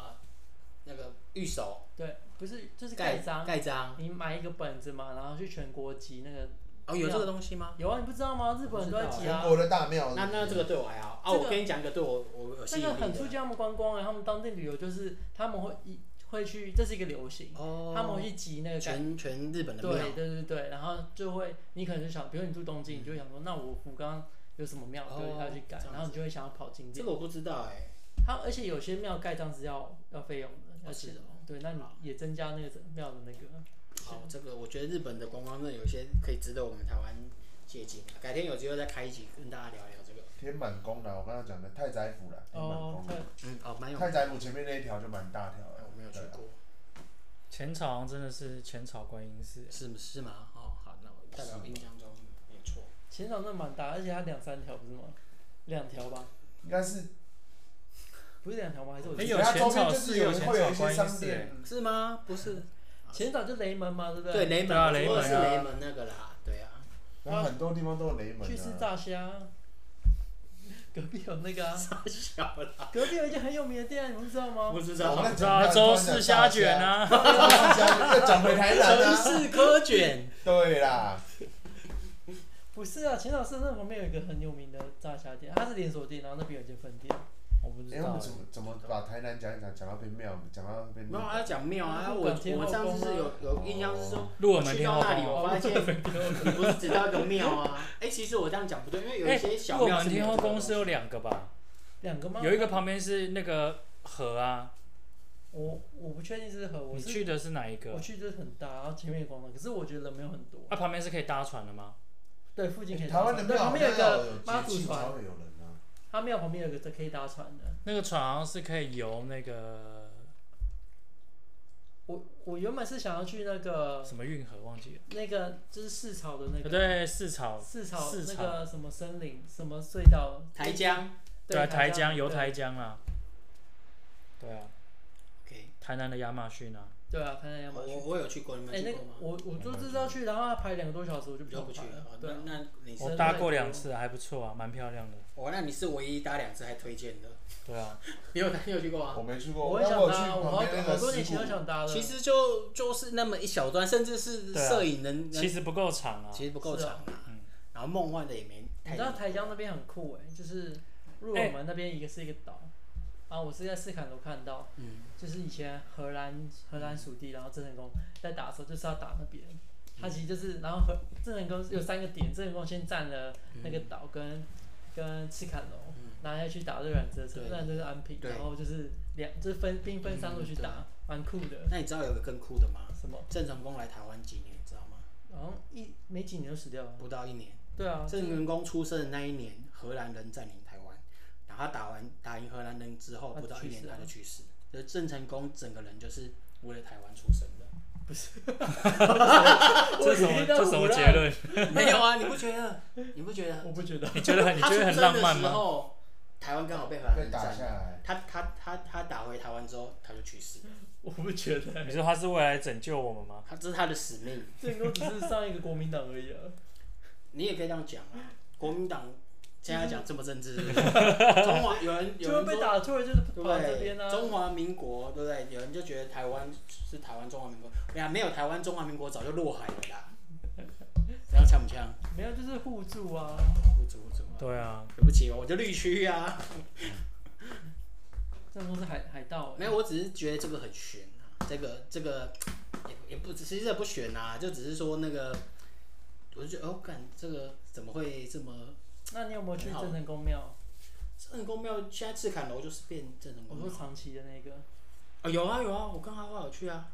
那个玉手对，不是就是盖盖章。盖章，你买一个本子嘛，然后去全国集那个哦，有这个东西吗？有啊，你不知道吗？日本人都在挤全啊，国的大庙。那那这个对我还好啊，这个我跟你讲一个对我我有吸这引个很力促的进他们观光啊、他们当地旅游就是他们会一会去，这是一个流行，哦，他们会去集那个感。全全日本的对庙，对对对，然后就会，你可能就想，比如你住东京，你就会想说，那我福冈有什么庙，哦对，要去改这样，子然后你就会想要跑景这点。个我不知道哎，它而且有些庙盖章是要要费用的，要钱是的哦。对，那你也增加那个庙的那个。好，这个我觉得日本的观光真的有些可以值得我们台湾借鉴啊的，改天有机会再开一集跟大家聊聊这个。天满宫啦，我刚刚讲的太宰府啦，天满哦宫，对，嗯，哦，蛮有，太宰府前面那一条就蛮大条的，哎我没有去对啊过，浅草好像真的是浅草观音寺，是是吗？哦，好，那我代表印象中没错。前场真的蛮大，而且它两三条不是吗？两条吧，应该是。不是两条吗？还是我哎记有得？它浅周草边就寺是有有浅会有草一些观音商寺店，是吗？不是，前场就雷门嘛，对不嗯对，对？雷对啊门，雷我门说的是啊雷门那个啦，对啊，然后很多地方都有雷门去吃啊。炸 虾，隔壁有那个啊，太小了，隔壁有一家很有名的店，你不知道吗？知我们在哦讲啊，周南端的氏大虾卷，啊，周氏虾卷 又讲回台 南城啊。市科卷，对啦，不是啊，前场市那旁边有一个很有名的炸虾店，它是连锁店，然后那边有一间分店。我不知哎，我道们。怎么怎么把台南讲一讲，讲到变庙，讲到变哎没有啊，要讲庙啊，我管天我后上次宫是吗有有印象是说，入我我们去天到后那里，宫，我发现你不是只到一个庙啊，哎，其实我这样讲不对，因为有一些小哎入我庙们是没天有后这个宫东西是有两个吧？两个吗？有一个旁边是那个河啊，我我不确定是不是和我你是去的是哪一个我？去就是很大，然后前面有广场，可是我觉得人没有很多。啊，旁边是可以搭船的吗？对，附近可以哎台搭湾船。对，的庙旁好边有一像要有个妈祖节气才船，会有人啊。它庙旁边有一个可以搭船的。那个船好像是可以游那个我我原本是想要去那个什么运河，忘记了。那个就是市草的那不个哦对，四草，市草市那草个什么森林什么隧道台江对啊，台江江游对台江啊，对啊， ，OK，台南的亚马逊啊，对啊，台南亚马哎我逊。我有去过，你们哎，去那个过吗？我我就知道去，然后他排两个多小时，我就我不就想不去排了了。。对那啊，那你是我是搭那过个两次，还不错啊，蛮漂亮的。我那你是唯一搭两次还推荐的， 对啊，你有你有去过吗？我没去过，我很但想我有去搭，我旁好边那好多个年前就石想搭的。其实就就是那么一小段，甚至是对啊摄影能，能其实不够长啊。其实不够长啊。嗯然后梦幻的也没你太知多。道台江那边很酷哎、就是入哎我们那边一个是一个岛，啊，我是在斯坎楼看到，嗯，就是以前荷兰荷兰属地，然后郑成功在打的时候就是要打那边，他其实就是，然后和郑成功有三个点，郑成功先占了那个岛跟、嗯跟斯坎楼，然后要去打这软折车，对软折是安平，对然后就是两就是分兵分三路去打，蛮、酷的。那你知道有个更酷的吗？什么？郑成功来台湾几年，你知道吗？好像一没几年就死掉了。不到一年。对啊，郑成功出生的那一年，荷兰人占领台湾，然后他打完打赢荷兰人之后，他不到一去世年了他就去世。所以郑成功整个人就是为了台湾出生的。这什么这什么结论？ 没有啊，你不觉得？你不觉得？我不啊觉得。你觉得很你觉得很浪漫他出生的时吗？候，台湾刚好被荷兰被人打占下领。来，他他他他打回台湾之后，他就去世了。我不觉得、你说他是未来拯救我们吗？他这是他的使命，郑公只是上一个国民党而已啊。你也可以这样讲啊。国民党现在讲这么政治， 中华有人有就人会被说打出来，就是对跑不到这对边啊。？中华民国对不对？有人就觉得台湾是台湾中华民国，哎呀，没有台湾中华民国早就落海了 啦。然后呛不呛？没有，就是互助啊。不足不足啊！对啊，对不起，我就绿区啊。这样说是海海盗、啊没有，我只是觉得这个很悬啊，这个这个也也不，其实也不悬啊，就只是说那个，我就觉得哦，干这个怎么会这么？那你有没有去郑成功庙？郑成功庙现在赤坎楼就是变郑成我功说庙长期的那个，啊，有啊有啊，我跟阿花有去啊，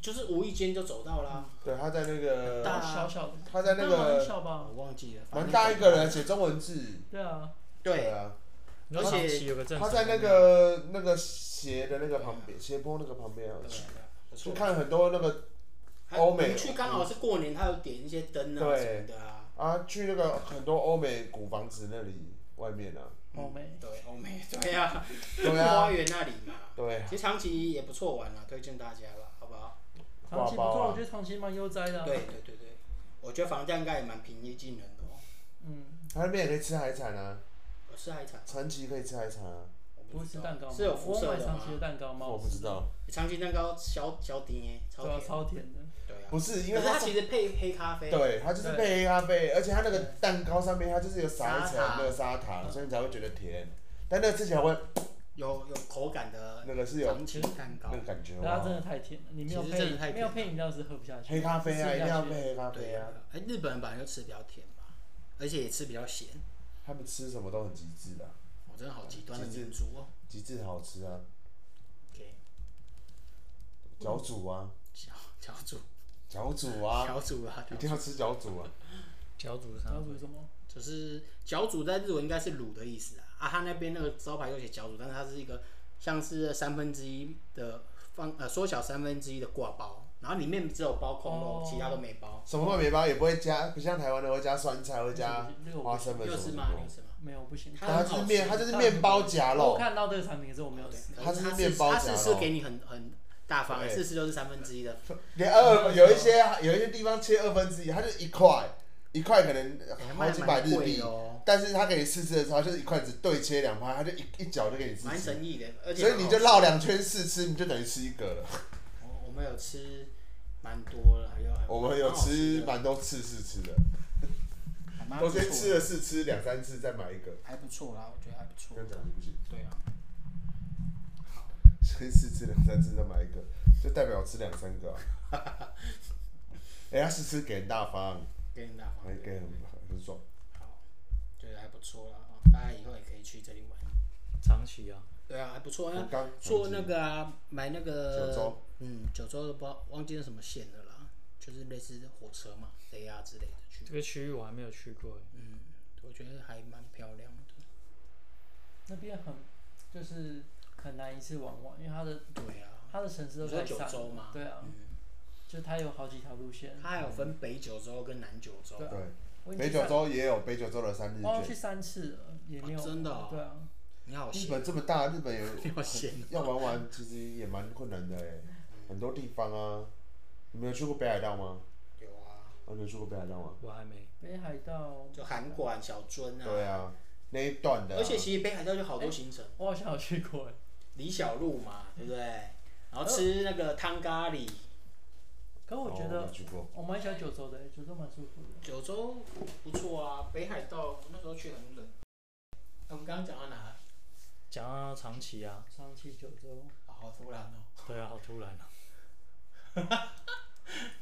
就是无意间就走到嗯啦，对，他在那大个，啊小小的，他在那当然很个小吧？我忘记了，反蛮正大一个人写中文字，对啊，对对，啊，你说而且长期有个正他常在那个那个斜的那个旁边，斜坡那个旁边啊，不去错。看很多那个还欧美我们去刚好是过年，他有点一些灯啊对什么的啊，啊，去那个很多欧美古房子那里外面啊，欧美。对，欧美，对啊，对花 啊，园那里嘛，对啊，其实长崎也不错玩啊，推荐大家吧，好不好？长期不挂包错，啊我觉得长期蛮悠哉的、啊。对，对对对，我觉得房价应该也蛮平易近人的哦。嗯，他那边也可以吃海产啊，我是海产，长崎可以吃海产啊，我我不会不吃知道蛋糕吗？是有辐射我买的长吗？崎的蛋糕吗？我不知道，长崎蛋糕小小甜耶，超对啊，甜，超甜的。对啊。不是因可为是它它其实配黑咖啡，对，它就是配黑咖啡，而且它那个蛋糕上面它就是有撒一层砂糖那个砂糖，所以你才会觉得甜。但那个吃起来会有有口感的那个是有长崎蛋糕那个，感觉但它啊真吗？的太甜了，你没有其实真的太配甜没有配饮料是喝不下去的。黑咖啡啊，吃不一定下要去配黑咖啡对啊啊。。哎，日本人本来就吃比较甜吧，而且也吃比较咸。他们吃什么都很极致的，我真的好极端的极致民族哦。极致好吃啊， OK，脚煮啊，小小组脚煮啊，小组啊，一小定要吃脚煮啊。脚主然上后煮什么？就是小煮在日文应该是卤的意思啊。啊，它那边那个招牌有写小煮，但是它是一个像是三分之一的放呃缩小三分之一的挂包，然后里面只有包空肉，哦其他都没包。什么都没包，也不会加，不像台湾的会加酸菜，会加那个花我生你粉什有么吃什吗？你么有。吃吗？没有不行。它就是面，它就是面包夹我肉，看到这个产品，可是我没有吃。它可是它面包它夹是肉是给你很很大方的，对四十就是三分之一的，连二有一些有一些地方切二分之一，它就一块一块可能哎好卖几得百蛮日贵币的，哦，但是它给你试吃的时候，它就是一块只对切两块，它就一一角就给你试蛮吃，神意的，而且所以蛮你好就吃绕两圈试吃，你就等于吃一 个了。我我们有吃蛮多了，还有还我们有蛮好吃的蛮多次试吃的，还蛮都不错先的，吃了试吃两三次，再买一个。还不错啦，我觉得还不错这。样讲对不起，对啊，先试吃两三次，再买一个，就代表我吃两三个啊。哎、他试吃给人大方，给你大方还一给点很很爽。好，觉得还不错啦，哦大家以后也可以去这里玩。长崎啊，对啊，还不错我啊。刚坐那个啊，买那个九州，嗯，九州的不知道忘记是什么线的啦，就是类似火车嘛、雷啊之类的去。这个区域我还没有去过，欸嗯，我觉得还蛮漂亮的。那边很就是很难一次玩完，因为它的对啊，它的城市都你说太九散州了吗嗯对啊，就它有好几条路线。它还有分北九州跟南九州。对对，啊我已经北去九三，州也有北九州的三日哦我好像卷。去三次了，也没有哦真的哦对啊，你好日闲本这么大，日本有你好闲 要玩玩，其实也蛮困难的哎、很多地方啊。你没有去过北海道吗？有啊，啊，你有去过北海道吗？我还没。北海道。就函馆、小樽啊。对啊，那一段的啊、而且其实北海道就好多行程，我好像有去过欸，李小璐嘛，对不对？然后吃那个汤咖喱，可我觉哦得没去过。我蛮喜欢九州的欸，九州蛮舒服的。九州不错啊。北海道那时候去很冷。哎我们刚刚讲到哪了？讲到长崎啊，长崎、九州，哦好突然哦！对啊，好突然啊，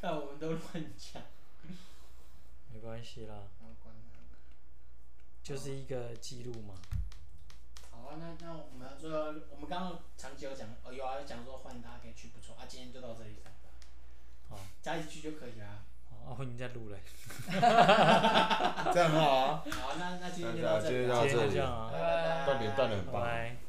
那我们都乱讲。 没关系啊啦，就是一个记录嘛。好啊，那那我们最后，我们刚刚长期有讲，哦有啊，有讲说欢迎大家可以去，不错啊。今天就到这里了。好，加一句就可以了啊。哦，哦你在录嘞，这样很好啊。好，那那今天就对到啊这今里今天就了。天到这里这，样啊，拜拜 断点断的很拜棒。拜。